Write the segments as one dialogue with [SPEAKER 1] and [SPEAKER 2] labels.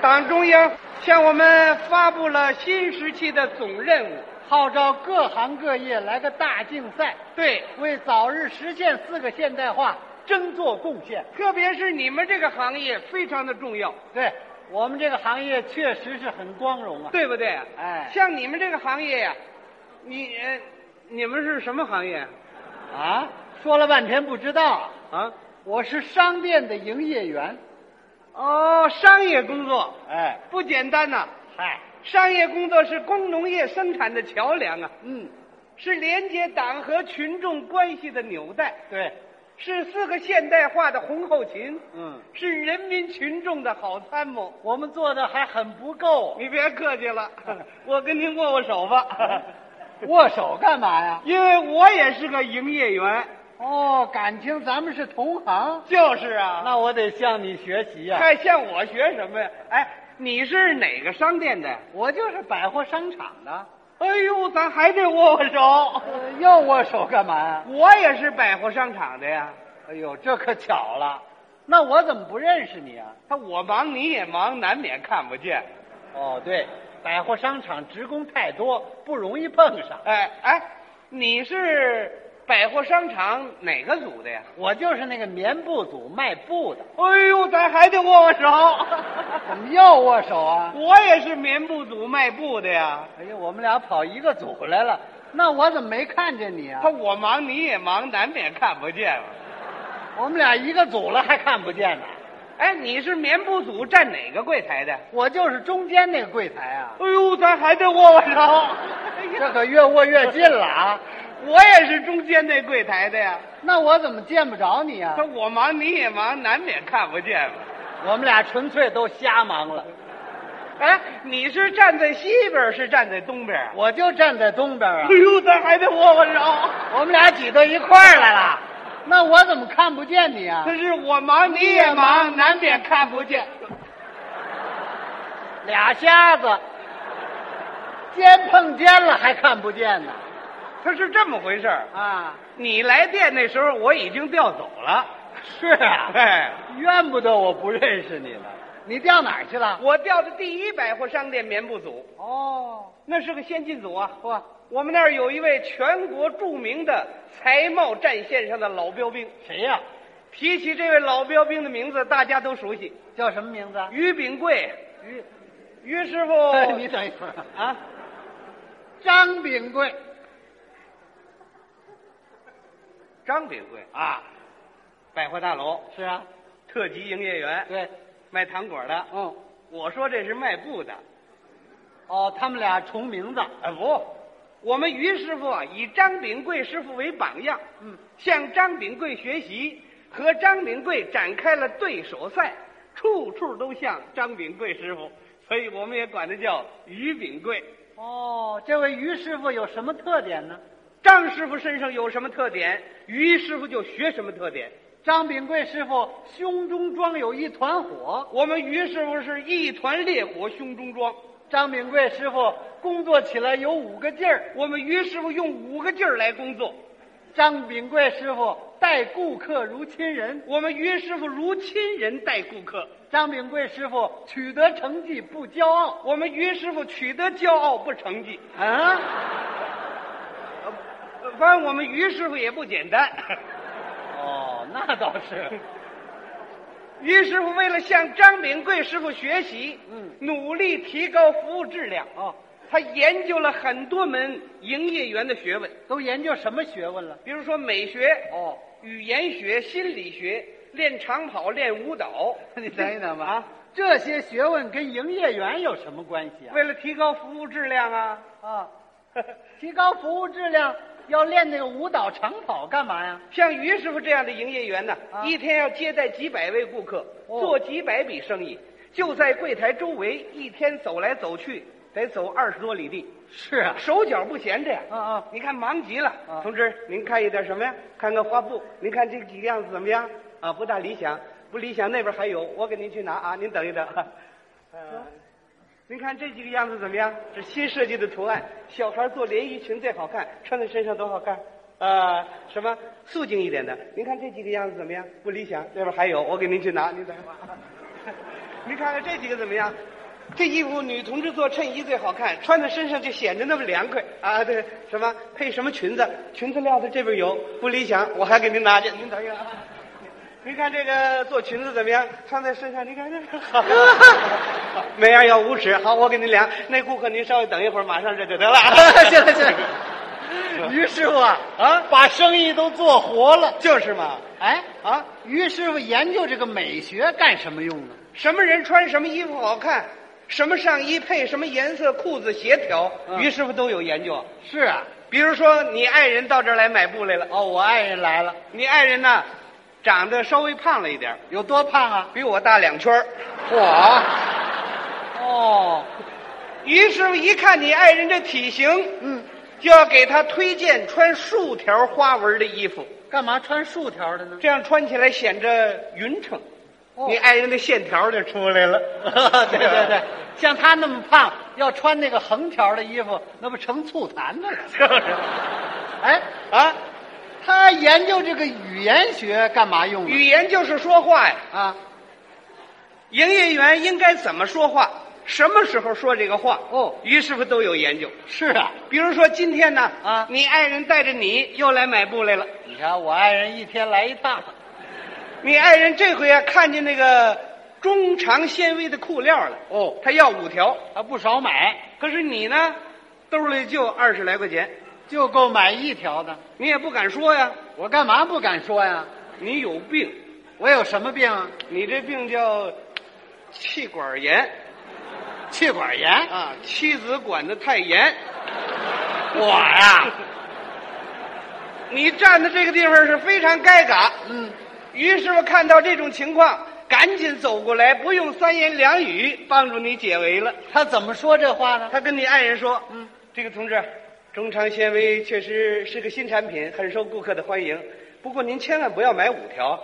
[SPEAKER 1] 党中央向我们发布了新时期的总任务。
[SPEAKER 2] 号召各行各业来个大竞赛，
[SPEAKER 1] 对，
[SPEAKER 2] 为早日实现四个现代化争做贡献。
[SPEAKER 1] 特别是你们这个行业非常的重要，
[SPEAKER 2] 对我们这个行业确实是很光荣啊！
[SPEAKER 1] 对不对？
[SPEAKER 2] 哎
[SPEAKER 1] 像你们这个行业呀，你呃你们是什么行业
[SPEAKER 2] 啊，说了半天不知道啊，
[SPEAKER 1] 啊？
[SPEAKER 2] 我是商店的营业员。
[SPEAKER 1] 哦，商业工作
[SPEAKER 2] 哎，
[SPEAKER 1] 不简单呐、
[SPEAKER 2] 嗨，
[SPEAKER 1] 商业工作是工农业生产的桥梁啊，
[SPEAKER 2] 嗯，
[SPEAKER 1] 是连接党和群众关系的纽带，
[SPEAKER 2] 对，
[SPEAKER 1] 是四个现代化的红后勤，
[SPEAKER 2] 嗯，
[SPEAKER 1] 是人民群众的好参谋。
[SPEAKER 2] 我们做的还很不 够。
[SPEAKER 1] 你别客气了，我跟您握握手吧。
[SPEAKER 2] 握手干嘛呀？
[SPEAKER 1] 因为我也是个营业员。
[SPEAKER 2] 哦，感情咱们是同行，
[SPEAKER 1] 就是啊，
[SPEAKER 2] 那我得向你学习呀、
[SPEAKER 1] 还向我学什么呀？哎，你是哪个商店的？
[SPEAKER 2] 我就是百货商场的，
[SPEAKER 1] 哎呦，咱还得握握手。
[SPEAKER 2] 呃要握手干嘛呀？
[SPEAKER 1] 我也是百货商场的呀。
[SPEAKER 2] 哎呦，这可巧了，那我怎么不认识你啊？
[SPEAKER 1] 他我忙你也忙，难免看不见。
[SPEAKER 2] 哦，对，百货商场职工太多，不容易碰上。
[SPEAKER 1] 哎哎，你是百货商场哪个组的呀？
[SPEAKER 2] 我就是那个棉布组卖布的，
[SPEAKER 1] 哎呦，咱还得握握手。
[SPEAKER 2] 怎么又握手啊？
[SPEAKER 1] 我也是棉布组卖布的呀。
[SPEAKER 2] 哎呀，我们俩跑一个组来了，那我怎么没看见你啊
[SPEAKER 1] 他？我忙你也忙，难免看不见嘛。
[SPEAKER 2] 我们俩一个组了还看不见呢。
[SPEAKER 1] 哎，你是棉布组站哪个柜台的？
[SPEAKER 2] 我就是中间那个柜台啊，
[SPEAKER 1] 哎呦，咱还得握握手。哎
[SPEAKER 2] 这可越握越近了啊。
[SPEAKER 1] 我也是中间那柜台的呀。
[SPEAKER 2] 那我怎么见不着你啊
[SPEAKER 1] 他？我忙你也忙，难免看不见嘛。
[SPEAKER 2] 我们俩纯粹都瞎忙了。
[SPEAKER 1] 哎，你是站在西边儿，是站在东边儿啊？
[SPEAKER 2] 我就站在东边啊
[SPEAKER 1] 哎。呦，咱还得握握手。
[SPEAKER 2] 我们俩挤到一块儿来了，那我怎么看不见你啊
[SPEAKER 1] 可？是我忙你也忙，难免看不见。
[SPEAKER 2] 俩瞎子，肩碰肩了还看不见呢
[SPEAKER 1] 他是这么回事儿。
[SPEAKER 2] 啊！
[SPEAKER 1] 你来电那时候，我已经调走了。
[SPEAKER 2] 是啊，
[SPEAKER 1] 哎，
[SPEAKER 2] 怨不得我不认识你了。你调哪儿去了？
[SPEAKER 1] 我调的第一百货商店棉布组，
[SPEAKER 2] 哦，
[SPEAKER 1] 那是个先进组啊。
[SPEAKER 2] 嚯，
[SPEAKER 1] 我们那儿有一位全国著名的才貌战线上的老标兵。
[SPEAKER 2] 谁呀、
[SPEAKER 1] 提起这位老标兵的名字，大家都熟悉，
[SPEAKER 2] 叫什么名字？
[SPEAKER 1] 于秉贵。
[SPEAKER 2] 于，哎
[SPEAKER 1] 于师
[SPEAKER 2] 你
[SPEAKER 1] 傅，
[SPEAKER 2] 等一会儿
[SPEAKER 1] 啊，
[SPEAKER 2] 张炳贵
[SPEAKER 1] 张秉贵，
[SPEAKER 2] 啊，
[SPEAKER 1] 百货大楼
[SPEAKER 2] 是啊，
[SPEAKER 1] 特级营业员，
[SPEAKER 2] 对，
[SPEAKER 1] 卖糖果的。
[SPEAKER 2] 嗯，
[SPEAKER 1] 我说这是卖布的，
[SPEAKER 2] 哦，他们俩重名字，
[SPEAKER 1] 啊不，我们于师傅啊，以张秉贵师傅为榜样，
[SPEAKER 2] 嗯，
[SPEAKER 1] 向张秉贵学习，和张秉贵展开了对手赛，处处都像张秉贵师傅，所以我们也管他叫于秉贵。
[SPEAKER 2] 哦，这位于师傅有什么特点呢？
[SPEAKER 1] 张师傅身上有什么特点，于师傅就学什么特点。
[SPEAKER 2] 张炳贵师傅胸中装有一团火，
[SPEAKER 1] 我们于师傅是一团烈火胸中装，
[SPEAKER 2] 张炳贵师傅工作起来有五个劲儿，
[SPEAKER 1] 我们于师傅用五个劲儿来工作，
[SPEAKER 2] 张炳贵师傅待顾客如亲人，
[SPEAKER 1] 我们于师傅如亲人待顾客，
[SPEAKER 2] 张炳贵师傅取得成绩不骄傲。
[SPEAKER 1] 我们于师傅取得骄傲不成绩。
[SPEAKER 2] 啊，
[SPEAKER 1] 呃反正我们于师傅也不简 单。
[SPEAKER 2] 哦，那倒是，
[SPEAKER 1] 于师傅为了向张炳贵师傅学习，
[SPEAKER 2] 嗯
[SPEAKER 1] 努力提高服务质量，
[SPEAKER 2] 哦，
[SPEAKER 1] 他研究了很多门营业员的学问，
[SPEAKER 2] 都研究什么学问了？
[SPEAKER 1] 比如说美学、
[SPEAKER 2] 哦，
[SPEAKER 1] 语言学、心理学，练长跑、练舞蹈。
[SPEAKER 2] 你等一等吧，
[SPEAKER 1] 啊！
[SPEAKER 2] 这些学问跟营业员有什么关系啊？
[SPEAKER 1] 为了提高服务质量啊，
[SPEAKER 2] 啊， 提高服务质量，要练那个舞蹈长跑干嘛呀？
[SPEAKER 1] 像于师傅这样的营业员呢，
[SPEAKER 2] 啊
[SPEAKER 1] 一天要接待几百位顾客，
[SPEAKER 2] 哦
[SPEAKER 1] 做几百笔生意，就在柜台周围一天走来走去，得走二十多里地。
[SPEAKER 2] 是 啊，
[SPEAKER 1] 手脚不闲着呀。
[SPEAKER 2] 啊啊
[SPEAKER 1] 你看忙极了，
[SPEAKER 2] 啊
[SPEAKER 1] 同志，您看一点什么呀？看看花布，您看这几个样子怎么样？啊，不大理想，不理想，那边还有，我给您去拿啊，您等一等。 呃，您看这几个样子怎么样？这新设计的图案，小孩做连衣裙最好看，穿在身上多好看。呃，什么素净一点的？您看这几个样子怎么样？不理想，那边还有，我给您去拿，您等一会儿啊。您看看这几个怎么样？这衣服女同志做衬衣最好看，穿在身上就显得那么凉快啊！对，什么配什么裙子，裙子料子这边有，不理想，我还给您拿去。您等一下啊！您看这个做裙子怎么样？穿在身上，您看这，好每样要五尺。好，我给您量。那顾客您稍微等一会儿，马上这就 得了。
[SPEAKER 2] 行了行 了，于师傅啊，
[SPEAKER 1] 啊，
[SPEAKER 2] 把生意都做活了。
[SPEAKER 1] 就是嘛。
[SPEAKER 2] 哎，
[SPEAKER 1] 啊，
[SPEAKER 2] 于师傅研究这个美学干什么用呢？
[SPEAKER 1] 什么人穿什么衣服好看，什么上衣配什么颜色，裤子协调，
[SPEAKER 2] 嗯
[SPEAKER 1] 于师傅都有研究。
[SPEAKER 2] 是啊，
[SPEAKER 1] 比如说，你爱人到这儿来买布来了，
[SPEAKER 2] 哦，我爱人来了，
[SPEAKER 1] 你爱人呢，长得稍微胖了一点儿，
[SPEAKER 2] 有多胖啊？
[SPEAKER 1] 比我大两圈儿
[SPEAKER 2] 嚯！哦，
[SPEAKER 1] 于师傅一看你爱人这体型，
[SPEAKER 2] 嗯，
[SPEAKER 1] 就要给他推荐穿竖条花纹的衣服，
[SPEAKER 2] 干嘛穿竖条的呢？
[SPEAKER 1] 这样穿起来显着匀称。
[SPEAKER 2] 哦。
[SPEAKER 1] 你爱人的线条就出来了
[SPEAKER 2] 对对对， 像他那么胖，要穿那个横条的衣服，那不成醋坛子了？
[SPEAKER 1] 就是
[SPEAKER 2] 哎，
[SPEAKER 1] 啊，
[SPEAKER 2] 他研究这个语言学干嘛用呢？
[SPEAKER 1] 语言就是说话呀。
[SPEAKER 2] 啊，
[SPEAKER 1] 营业员应该怎么说话，什么时候说这个话。
[SPEAKER 2] 哦
[SPEAKER 1] 于师傅都有研究。
[SPEAKER 2] 是啊，
[SPEAKER 1] 比如说今天呢，
[SPEAKER 2] 啊
[SPEAKER 1] 你爱人带着你又来买布来了。
[SPEAKER 2] 你看我爱人一天来一趟，
[SPEAKER 1] 你爱人这回啊，看见那个中长纤维的裤料了，
[SPEAKER 2] 哦
[SPEAKER 1] 他要五条。
[SPEAKER 2] 他不少买，
[SPEAKER 1] 可是你呢，兜里就二十来块钱，
[SPEAKER 2] 就够买一条的。
[SPEAKER 1] 你也不敢说呀，
[SPEAKER 2] 我干嘛不敢说呀？
[SPEAKER 1] 你有病，
[SPEAKER 2] 我有什么病啊？
[SPEAKER 1] 你这病叫气管炎
[SPEAKER 2] 气管炎。
[SPEAKER 1] 啊，妻子管得太严。
[SPEAKER 2] 我呀、
[SPEAKER 1] 你站的这个地方是非常尴尬。
[SPEAKER 2] 嗯，
[SPEAKER 1] 于师傅看到这种情况，赶紧走过来，不用三言两语帮助你解围了。
[SPEAKER 2] 他怎么说这话 呢？
[SPEAKER 1] 他跟你爱人说：“
[SPEAKER 2] 嗯，
[SPEAKER 1] 这个同志，中长纤维确实是个新产品，很受顾客的欢迎。不过您千万不要买五条，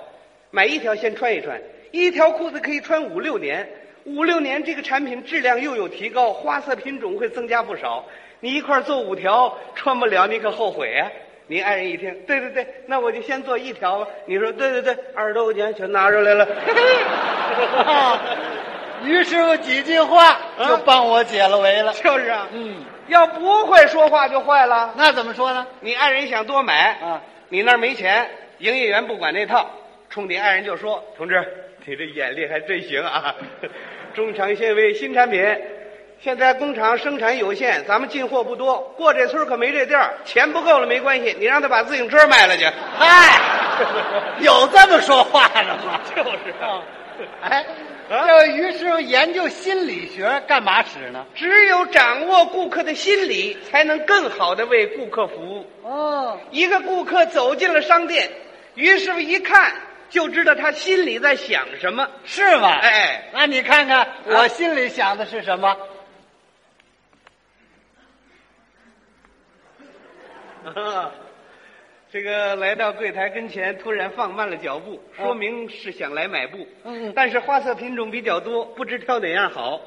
[SPEAKER 1] 买一条先穿一穿，一条裤子可以穿五六年。”五六年，这个产品质量又有提高，花色品种会增加不少。你一块儿做五条，穿不了，你可后悔啊！您爱人一听，对对对，那我就先做一条吧。你说对对对，二十多块钱全拿出 来了。
[SPEAKER 2] 于师傅几句话就帮我解了围了。
[SPEAKER 1] 就是啊，
[SPEAKER 2] 嗯，
[SPEAKER 1] 要不会说话就坏了。
[SPEAKER 2] 那怎么说呢？
[SPEAKER 1] 你爱人想多买
[SPEAKER 2] 啊，
[SPEAKER 1] 你那儿没钱，营业员不管那套，冲你爱人就说：“同志，你这眼力还真行啊！ 中长纤维新产品，现在工厂生产有限，咱们进货不多，过这村可没这店儿，钱不够了没关系，你让他把自行车卖了去。
[SPEAKER 2] 嗨，有这么说话的吗？就是啊，哎，
[SPEAKER 1] 啊
[SPEAKER 2] 这于师傅研究心理学干嘛使呢？
[SPEAKER 1] 只有掌握顾客的心理，才能更好的为顾客服务。
[SPEAKER 2] 哦，
[SPEAKER 1] 一个顾客走进了商店，于师傅一看就知道他心里在想什么。
[SPEAKER 2] 是吗？
[SPEAKER 1] 哎，
[SPEAKER 2] 那你看看我心里想的是什么？
[SPEAKER 1] 啊， 这个来到柜台跟前，突然放慢了脚步，说明是想来买布。
[SPEAKER 2] 嗯嗯
[SPEAKER 1] 但是花色品种比较多，不知挑哪样好。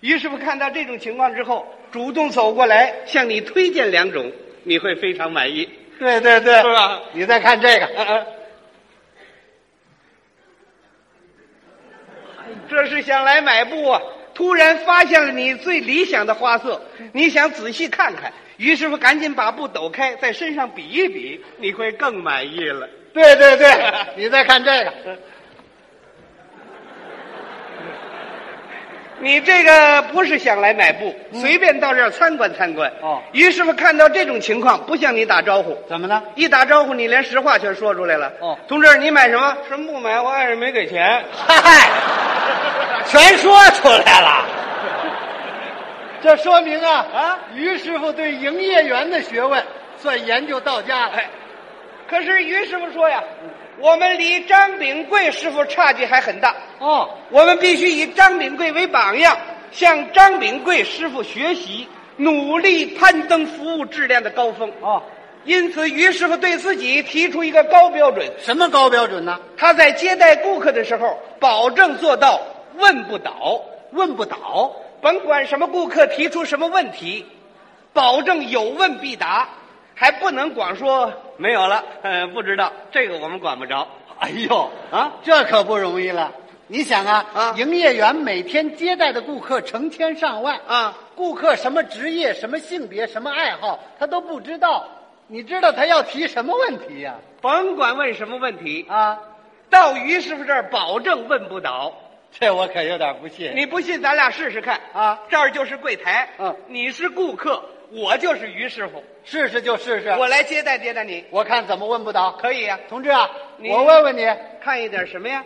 [SPEAKER 1] 于师傅看到这种情况之后，主动走过来向你推荐两种，你会非常满意，
[SPEAKER 2] 对对对嗯
[SPEAKER 1] 是吧？
[SPEAKER 2] 你再看这个，
[SPEAKER 1] 啊啊 这是想来买布啊！突然发现了你最理想的花色，你想仔细看看，于师傅赶紧把布抖开，在身上比一比，你会更满意了。
[SPEAKER 2] 对对对，你再看这个，
[SPEAKER 1] 你这个不是想来买布，随便到这儿参观参观。
[SPEAKER 2] 嗯哦
[SPEAKER 1] 于师傅看到这种情况，不向你打招呼，
[SPEAKER 2] 怎么呢？
[SPEAKER 1] 一打招呼你连实话全说出来了。
[SPEAKER 2] 哦
[SPEAKER 1] 同志，你买什么？什么不买？我爱人没给钱。
[SPEAKER 2] 嗨，全说出来了。这说明啊
[SPEAKER 1] 啊，
[SPEAKER 2] 于师傅对营业员的学问算研究到家了。
[SPEAKER 1] 哎，可是于师傅说呀，我们离张炳贵师傅差距还很大，
[SPEAKER 2] 哦，
[SPEAKER 1] 我们必须以张炳贵为榜样，向张炳贵师傅学习，努力攀登服务质量的高峰。
[SPEAKER 2] 哦，
[SPEAKER 1] 因此，于师傅对自己提出一个高标准，
[SPEAKER 2] 什么高标准呢？
[SPEAKER 1] 他在接待顾客的时候，保证做到问不倒，
[SPEAKER 2] 问不倒。
[SPEAKER 1] 甭管什么顾客提出什么问题，保证有问必答，还不能光说没有了，呃，不知道，这个我们管不着。
[SPEAKER 2] 哎呦，
[SPEAKER 1] 啊，
[SPEAKER 2] 这可不容易了。你想啊，
[SPEAKER 1] 啊
[SPEAKER 2] 营业员每天接待的顾客成千上万，
[SPEAKER 1] 啊，
[SPEAKER 2] 顾客什么职业、什么性别、什么爱好，他都不知道。你知道他要提什么问题呀、
[SPEAKER 1] 甭管问什么问题，
[SPEAKER 2] 啊？
[SPEAKER 1] 到于师傅这儿保证问不倒。
[SPEAKER 2] 这我可有点不信。
[SPEAKER 1] 你不信，咱俩试试看
[SPEAKER 2] 啊
[SPEAKER 1] 这儿就是柜台，
[SPEAKER 2] 嗯
[SPEAKER 1] 你是顾客，我就是于师傅，
[SPEAKER 2] 试试就试试，
[SPEAKER 1] 我来接待接待你，
[SPEAKER 2] 我看怎么问不倒。
[SPEAKER 1] 可以呀、
[SPEAKER 2] 同志啊，
[SPEAKER 1] 你
[SPEAKER 2] 我问问你，
[SPEAKER 1] 看一点什么呀？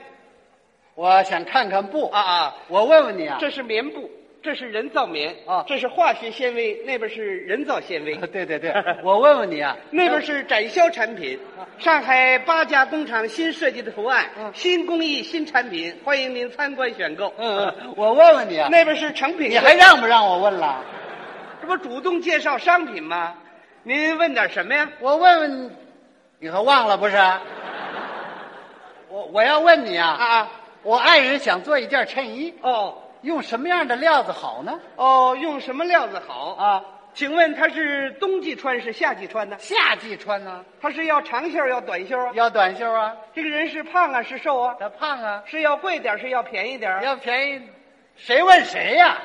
[SPEAKER 2] 我想看看布
[SPEAKER 1] 啊，啊，
[SPEAKER 2] 我问问你啊，
[SPEAKER 1] 这是棉布，这是人造棉
[SPEAKER 2] 啊
[SPEAKER 1] 这是化学纤维，那边是人造纤维，
[SPEAKER 2] 对对对，我问问你啊，
[SPEAKER 1] 那边是展销产品。上海八家工厂新设计的图案，
[SPEAKER 2] 嗯
[SPEAKER 1] 新工艺、新产品，欢迎您参观选购。
[SPEAKER 2] 嗯，嗯，我问问你啊，
[SPEAKER 1] 那边是成品，
[SPEAKER 2] 你还让不让我问了？
[SPEAKER 1] 这不主动介绍商品吗？您问点什么呀？
[SPEAKER 2] 我问问你，你还忘了不是？ 我我要问你
[SPEAKER 1] 啊
[SPEAKER 2] 啊，
[SPEAKER 1] 啊，
[SPEAKER 2] 我爱人想做一件衬衣，
[SPEAKER 1] 哦
[SPEAKER 2] 用什么样的料子好呢？
[SPEAKER 1] 哦，用什么料子好？
[SPEAKER 2] 啊，
[SPEAKER 1] 请问他是冬季穿是夏季穿呢？
[SPEAKER 2] 夏季穿呢、
[SPEAKER 1] 他是要长袖儿要短袖儿啊？
[SPEAKER 2] 要短袖啊，
[SPEAKER 1] 这个人是胖啊是瘦啊？
[SPEAKER 2] 他胖啊，
[SPEAKER 1] 是要贵点儿是要便宜点儿啊？
[SPEAKER 2] 要便宜，谁问谁呀、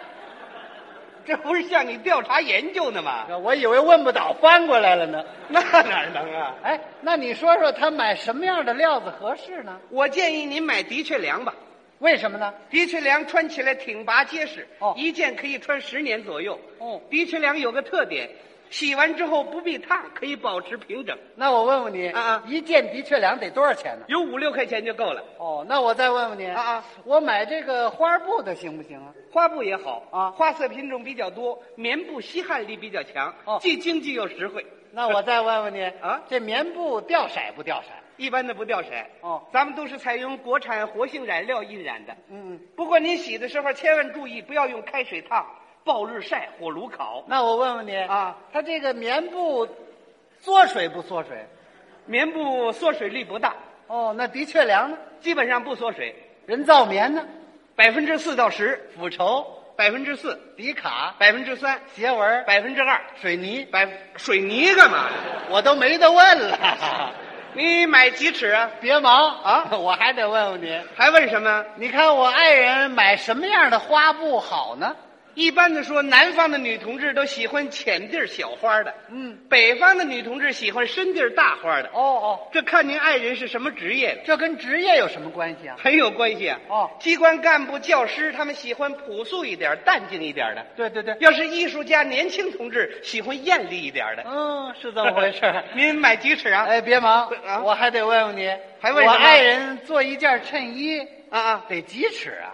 [SPEAKER 1] 这不是向你调查研究呢吗？
[SPEAKER 2] 我以为问不倒，翻过来了呢。
[SPEAKER 1] 那哪能啊？
[SPEAKER 2] 哎，那你说说他买什么样的料子合适呢？
[SPEAKER 1] 我建议您买的确良吧，
[SPEAKER 2] 为什么呢？
[SPEAKER 1] 的确良穿起来挺拔结实，
[SPEAKER 2] 哦
[SPEAKER 1] 一件可以穿十年左右。
[SPEAKER 2] 哦
[SPEAKER 1] 的确良有个特点，洗完之后不必烫，可以保持平整，
[SPEAKER 2] 那我问问你，
[SPEAKER 1] 啊啊
[SPEAKER 2] 一件的确良得多少钱呢？
[SPEAKER 1] 有五六块钱就够了。
[SPEAKER 2] 哦，那我再问问你，
[SPEAKER 1] 啊啊，
[SPEAKER 2] 我买这个花布的行不行啊？
[SPEAKER 1] 花布也好
[SPEAKER 2] 啊
[SPEAKER 1] 花色品种比较多，棉布吸汗力比较强，
[SPEAKER 2] 哦
[SPEAKER 1] 既经济又实惠。
[SPEAKER 2] 那我再问 问你，
[SPEAKER 1] 啊
[SPEAKER 2] 这棉布掉色不掉色？
[SPEAKER 1] 一般的不掉色。
[SPEAKER 2] 哦
[SPEAKER 1] 咱们都是采用国产活性染料印染的。
[SPEAKER 2] 嗯嗯。
[SPEAKER 1] 不过您洗的时候千万注意，不要用开水烫、暴日晒、火炉烤。
[SPEAKER 2] 那我问问你
[SPEAKER 1] 啊，
[SPEAKER 2] 它这个棉布缩水不缩水？
[SPEAKER 1] 棉布缩水率不大，
[SPEAKER 2] 哦，那的确良呢？
[SPEAKER 1] 基本上不缩水，
[SPEAKER 2] 人造棉呢？
[SPEAKER 1] 百分之四到十，
[SPEAKER 2] 俯绸、
[SPEAKER 1] 百分之四、
[SPEAKER 2] 底卡、
[SPEAKER 1] 百分之三、
[SPEAKER 2] 斜纹、
[SPEAKER 1] 百分之二，
[SPEAKER 2] 水泥，
[SPEAKER 1] 百水泥干嘛？
[SPEAKER 2] 我都没得问了。
[SPEAKER 1] 你买几尺啊？
[SPEAKER 2] 别忙
[SPEAKER 1] 啊，
[SPEAKER 2] 我还得问问你，
[SPEAKER 1] 还问什么？
[SPEAKER 2] 你看我爱人买什么样的花布好呢？
[SPEAKER 1] 一般的说，南方的女同志都喜欢浅地儿小花的，
[SPEAKER 2] 嗯，
[SPEAKER 1] 北方的女同志喜欢深地儿大花的。
[SPEAKER 2] 哦哦，
[SPEAKER 1] 这看您爱人是什么职业的。
[SPEAKER 2] 这跟职业有什么关系啊？
[SPEAKER 1] 很有关系啊。
[SPEAKER 2] 哦
[SPEAKER 1] 机关干部、教师他们喜欢朴素一点、淡静一点的；
[SPEAKER 2] 对对对，
[SPEAKER 1] 要是艺术家、年轻同志喜欢艳丽一点的。。
[SPEAKER 2] 嗯， 是这么回事儿
[SPEAKER 1] 您买几尺啊？
[SPEAKER 2] 哎，别忙
[SPEAKER 1] 啊，
[SPEAKER 2] 我还得问问你，
[SPEAKER 1] 还问什
[SPEAKER 2] 我
[SPEAKER 1] 么
[SPEAKER 2] 爱人做一件衬衣
[SPEAKER 1] 啊啊，
[SPEAKER 2] 得几尺啊？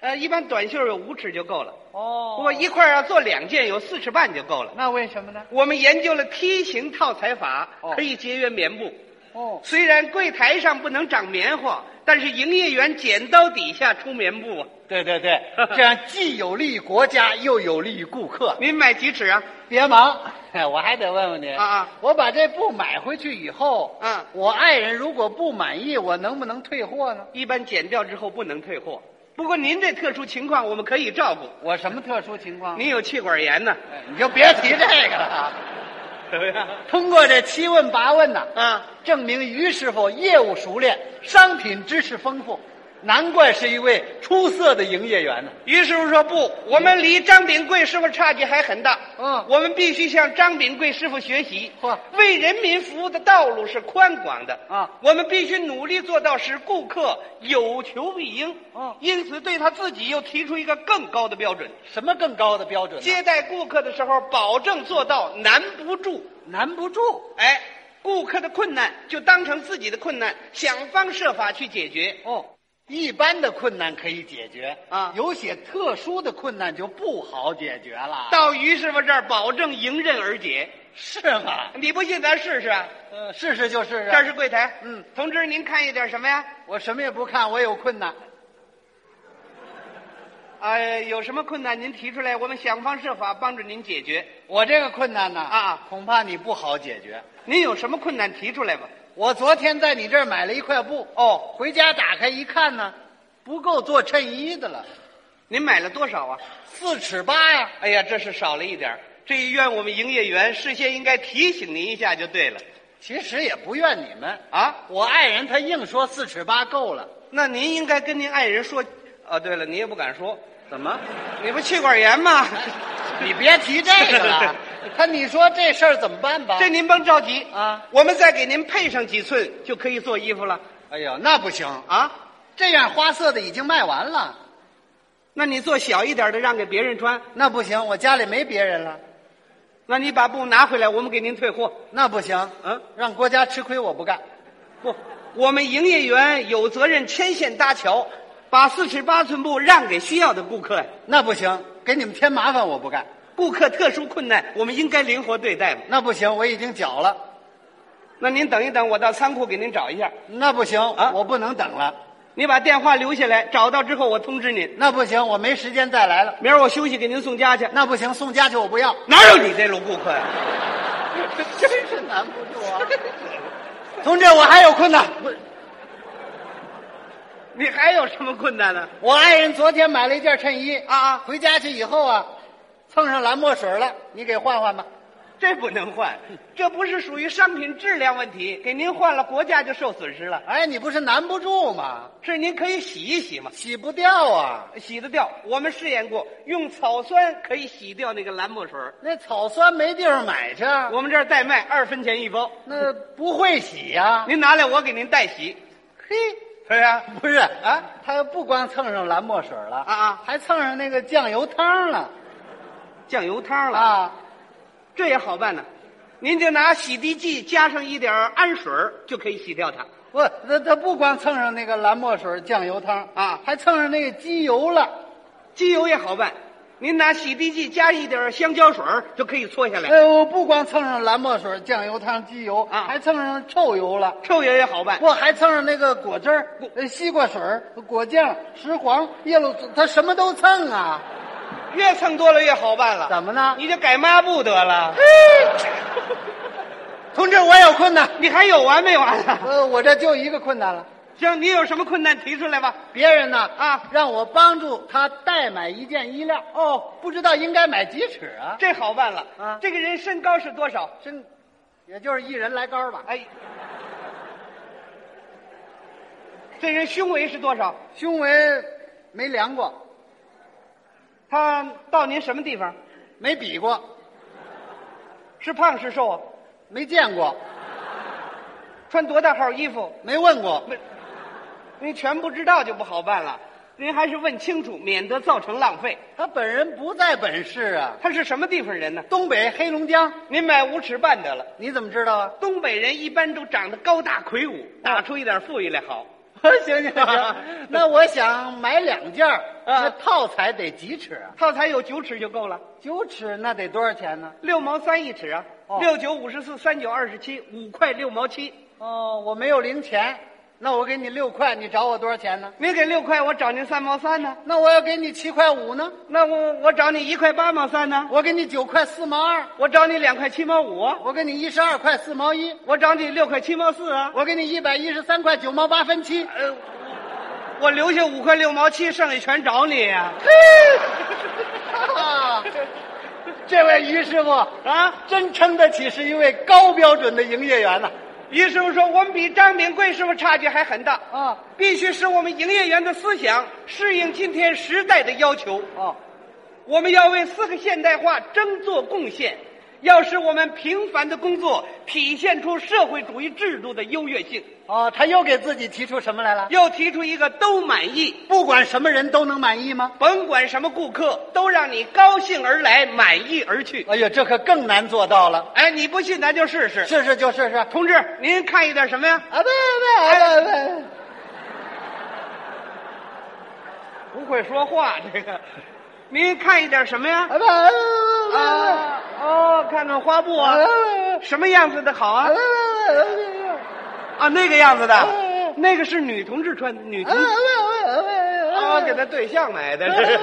[SPEAKER 1] 呃，一般短袖有五尺就够了。
[SPEAKER 2] 哦
[SPEAKER 1] 不过一块儿要做两件，有四尺半就够了。
[SPEAKER 2] 那为什么呢？
[SPEAKER 1] 我们研究了梯形套裁法
[SPEAKER 2] 哦，
[SPEAKER 1] 可以节约棉布。
[SPEAKER 2] 哦，
[SPEAKER 1] 虽然柜台上不能长棉花，但是营业员剪刀底下出棉布啊。
[SPEAKER 2] 对对 对，这样既有利于国家，又有利于顾客。
[SPEAKER 1] 您买几尺啊？
[SPEAKER 2] 别忙，哎 我还得问问你
[SPEAKER 1] 啊啊！
[SPEAKER 2] 我把这布买回去以后，
[SPEAKER 1] 嗯
[SPEAKER 2] 我爱人如果不满意，我能不能退货呢？
[SPEAKER 1] 一般剪掉之后不能退货。不过您这特殊情况，我们可以照顾。
[SPEAKER 2] 我什么特殊情况？
[SPEAKER 1] 您有气管 炎呢，
[SPEAKER 2] 哎你就别提这个 了。
[SPEAKER 1] 怎么样？
[SPEAKER 2] 通过这七问八问呐，
[SPEAKER 1] 啊，
[SPEAKER 2] 证明于师傅业务熟练，商品知识丰富，难怪是一位出色的营业员呢。
[SPEAKER 1] 于师傅说不，我们离张炳贵师傅差距还很大。
[SPEAKER 2] 嗯
[SPEAKER 1] 我们必须向张炳贵师傅学习
[SPEAKER 2] 嚯。
[SPEAKER 1] 为人民服务的道路是宽广的
[SPEAKER 2] 啊
[SPEAKER 1] 我们必须努力做到使顾客有求必应。
[SPEAKER 2] 嗯
[SPEAKER 1] 因此对他自己又提出一个更高的标准：
[SPEAKER 2] 什么更高的标准呢？
[SPEAKER 1] 接待顾客的时候，保证做到难不住。
[SPEAKER 2] 难不住。
[SPEAKER 1] 哎，顾客的困难就当成自己的困难，想方设法去解决。
[SPEAKER 2] 哦，一般的困难可以解决
[SPEAKER 1] 啊
[SPEAKER 2] 有些特殊的困难就不好解决了，
[SPEAKER 1] 到于师傅这儿，保证迎刃而解。
[SPEAKER 2] 是吗？
[SPEAKER 1] 你不信，咱试试啊！
[SPEAKER 2] 呃，试试就试试。
[SPEAKER 1] 这儿是啊柜台，
[SPEAKER 2] 嗯，
[SPEAKER 1] 同志，您看一点什么呀？
[SPEAKER 2] 我什么也不看，我有困难。
[SPEAKER 1] 啊、有什么困难您提出来，我们想方设法帮助您解决。
[SPEAKER 2] 我这个困难呢，
[SPEAKER 1] 啊，
[SPEAKER 2] 恐怕你不好解决。
[SPEAKER 1] 您有什么困难提出来吧？
[SPEAKER 2] 我昨天在你这儿买了一块布，
[SPEAKER 1] 哦，
[SPEAKER 2] 回家打开一看呢，不够做衬衣的了，
[SPEAKER 1] 您买了多少啊？
[SPEAKER 2] 四尺八呀。
[SPEAKER 1] 哎呀，这是少了一点儿这一怨我们营业员事先应该提醒您一下就对了
[SPEAKER 2] 其实也不怨你们，
[SPEAKER 1] 啊。
[SPEAKER 2] 我爱人他硬说四尺八够了，
[SPEAKER 1] 那您应该跟您爱人说。哦，对了，你也不敢说，
[SPEAKER 2] 怎么？
[SPEAKER 1] 你不气管炎 吗？
[SPEAKER 2] 你别提这个 了。他你说这事儿怎么办吧？
[SPEAKER 1] 这您甭着急
[SPEAKER 2] 啊，
[SPEAKER 1] 我们再给您配上几寸就可以做衣服了
[SPEAKER 2] 哎呦，那不行啊！
[SPEAKER 1] 啊。
[SPEAKER 2] 这样花色的已经卖完了，
[SPEAKER 1] 那你做小一点的让给别人穿，
[SPEAKER 2] 那不行，我家里没别人了，
[SPEAKER 1] 那你把布拿回来，我们给您退货。
[SPEAKER 2] 那不行。
[SPEAKER 1] 嗯，
[SPEAKER 2] 让国家吃亏我不干。
[SPEAKER 1] 不，我们营业员有责任牵线搭桥，把四尺八寸布让给需要的顾客呀。
[SPEAKER 2] 那不行，给你们添麻烦我不干。
[SPEAKER 1] 顾客特殊困难，我们应该灵活对待嘛。
[SPEAKER 2] 那不行，我已经缴了。
[SPEAKER 1] 那您等一等，我到仓库给您找一下。
[SPEAKER 2] 那不行
[SPEAKER 1] 啊
[SPEAKER 2] 我不能等了。
[SPEAKER 1] 你把电话留下来，找到之后我通知您。
[SPEAKER 2] 那不行，我没时间再来了。
[SPEAKER 1] 明儿我休息给您送家去。
[SPEAKER 2] 那不行，送家去我不要，
[SPEAKER 1] 哪有你这种顾客呀、
[SPEAKER 2] 真是难不住啊！同志，我还有困难。
[SPEAKER 1] 你还有什么困难呢、
[SPEAKER 2] 我爱人昨天买了一件衬衣啊，
[SPEAKER 1] 啊？啊，
[SPEAKER 2] 回家去以后啊，蹭上蓝墨水了，你给换换吧。
[SPEAKER 1] 这不能换，这不是属于商品质量问题，给您换了国家就受损失了。
[SPEAKER 2] 哎，你不是难不住吗？
[SPEAKER 1] 是您可以洗一洗嘛，
[SPEAKER 2] 洗不掉啊！
[SPEAKER 1] 洗得掉。我们试验过，用草酸可以洗掉那个蓝墨水儿。
[SPEAKER 2] 那草酸没地方买去，
[SPEAKER 1] 我们这儿代卖，二分钱一包。
[SPEAKER 2] 那不会洗呀、
[SPEAKER 1] 您拿来，我给您代洗。
[SPEAKER 2] 嘿，
[SPEAKER 1] 对呀、
[SPEAKER 2] 不是啊，他不光蹭上蓝墨水了
[SPEAKER 1] 啊啊
[SPEAKER 2] 还蹭上那个酱油汤了
[SPEAKER 1] 酱油汤了，
[SPEAKER 2] 啊！
[SPEAKER 1] 这也好办呢。您就拿洗涤剂加上一点儿氨水儿就可以洗掉它。
[SPEAKER 2] 不，他他不光蹭上那个蓝墨水、酱油汤
[SPEAKER 1] 啊
[SPEAKER 2] 还蹭上那个机油了。
[SPEAKER 1] 机油也好办，您拿洗涤剂加一点儿香蕉水儿就可以搓下来。
[SPEAKER 2] 哎，我不光蹭上蓝墨水、酱油汤、机油
[SPEAKER 1] 啊
[SPEAKER 2] 还蹭上臭油了。
[SPEAKER 1] 臭油也好办，
[SPEAKER 2] 我还蹭上那个果汁儿、呃西瓜水儿、果酱、石黄、叶露，他什么都蹭啊！
[SPEAKER 1] 越蹭多了越好办了。
[SPEAKER 2] 怎么呢？
[SPEAKER 1] 你就改抹布得了。
[SPEAKER 2] 同志，我有困难，
[SPEAKER 1] 你还有完没完啊？
[SPEAKER 2] 呃，我这就一个困难了。
[SPEAKER 1] 行，你有什么困难提出来吧。
[SPEAKER 2] 别人呢
[SPEAKER 1] 啊
[SPEAKER 2] 让我帮助他代买一件衣料，哦，不知道应该买几尺啊？
[SPEAKER 1] 这好办了
[SPEAKER 2] 啊
[SPEAKER 1] 这个人身高是多少？
[SPEAKER 2] 真，也就是一人来高吧。
[SPEAKER 1] 哎，这人胸围是多少？
[SPEAKER 2] 胸围没量过，
[SPEAKER 1] 他到您什么地方？
[SPEAKER 2] 没比过，
[SPEAKER 1] 是胖是瘦啊？
[SPEAKER 2] 没见过，
[SPEAKER 1] 穿多大号衣服？
[SPEAKER 2] 没问过。
[SPEAKER 1] 您全不知道就不好办了。您还是问清楚，免得造成浪费。
[SPEAKER 2] 他本人不在本市啊，
[SPEAKER 1] 他是什么地方人呢？
[SPEAKER 2] 东北黑龙江，
[SPEAKER 1] 您买五尺半得了。
[SPEAKER 2] 你怎么知道啊？
[SPEAKER 1] 东北人一般都长得高大魁梧，打出一点富裕来好。
[SPEAKER 2] 行行行， 那我想买两件 儿，
[SPEAKER 1] 啊
[SPEAKER 2] 那套材得几尺啊？
[SPEAKER 1] 套材有九尺就够了，
[SPEAKER 2] 九尺那得多少钱呢？
[SPEAKER 1] 六毛三一尺啊，
[SPEAKER 2] 哦
[SPEAKER 1] 六九五十四，三九二十七，五块六毛七。
[SPEAKER 2] 哦，我没有零钱，那我给你六块，你找我多少钱呢？
[SPEAKER 1] 您给六块，我找您三毛三呢。
[SPEAKER 2] 那我要给你七块五呢？
[SPEAKER 1] 那我我找你一块八毛三呢，
[SPEAKER 2] 我给你九块四毛二，
[SPEAKER 1] 我找你两块七毛五啊，
[SPEAKER 2] 我给你一十二块四毛一，
[SPEAKER 1] 我找你六块七毛四啊。
[SPEAKER 2] 我给你一百一十三块九毛八分七。
[SPEAKER 1] 呃，我留下五块六毛七，剩下全找你呀、
[SPEAKER 2] 啊，这位于师傅
[SPEAKER 1] 啊。
[SPEAKER 2] 真称得起是一位高标准的营业员呐、
[SPEAKER 1] 于师傅说，我们比张炳贵师傅差距还很大
[SPEAKER 2] 啊！
[SPEAKER 1] 必须使我们营业员的思想适应今天时代的要求。
[SPEAKER 2] 哦，
[SPEAKER 1] 我们要为四个现代化争做贡献，要使我们平凡的工作体现出社会主义制度的优越性。
[SPEAKER 2] 哦，他又给自己提出什么来了？
[SPEAKER 1] 又提出一个都满意，
[SPEAKER 2] 不管什么人都能满意吗？
[SPEAKER 1] 甭管什么顾客，都让你高兴而来，满意而去。
[SPEAKER 2] 哎呀，这可更难做到了。
[SPEAKER 1] 哎，你不信，咱就试试。
[SPEAKER 2] 试试就试试。啊
[SPEAKER 1] 同志，您看一点什么呀？
[SPEAKER 2] 不不不
[SPEAKER 1] 不会说话，这个，您看一点什么呀？
[SPEAKER 2] 不不不啊！
[SPEAKER 1] 啊，哦，看看花布啊，什么样子的好啊？啊，那个样子的，那个是女同志穿的，女同
[SPEAKER 2] 嗯
[SPEAKER 1] 志啊，给她对象买的，这是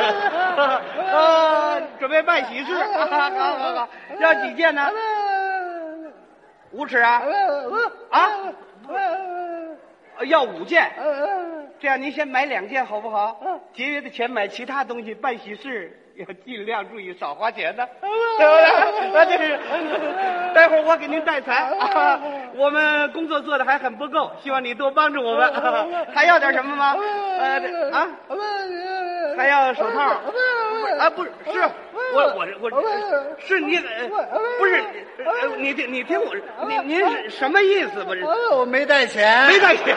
[SPEAKER 1] 啊，准备办喜事，啊好好好，要几件呢？
[SPEAKER 2] 嗯
[SPEAKER 1] 五尺啊，啊，要五件，
[SPEAKER 2] 啊！
[SPEAKER 1] 这样您先买两件好不好？
[SPEAKER 2] 嗯，
[SPEAKER 1] 节约的钱买其他东西，办喜事要尽量注意少花钱呢、
[SPEAKER 2] 嗯
[SPEAKER 1] 对不对？啊，这是， 待会儿我给您带财啊。
[SPEAKER 2] 嗯
[SPEAKER 1] 我们工作做的还很不够，希望你多帮助我们。
[SPEAKER 2] 嗯
[SPEAKER 1] 还要点什么吗？呃，这啊，还要手套
[SPEAKER 2] 嗯
[SPEAKER 1] 啊，不是，是我我我是你呃
[SPEAKER 2] 嗯
[SPEAKER 1] 不是
[SPEAKER 2] 嗯
[SPEAKER 1] 呃你听你听我，您您是什么意思？不是
[SPEAKER 2] 我没带钱，
[SPEAKER 1] 没带钱。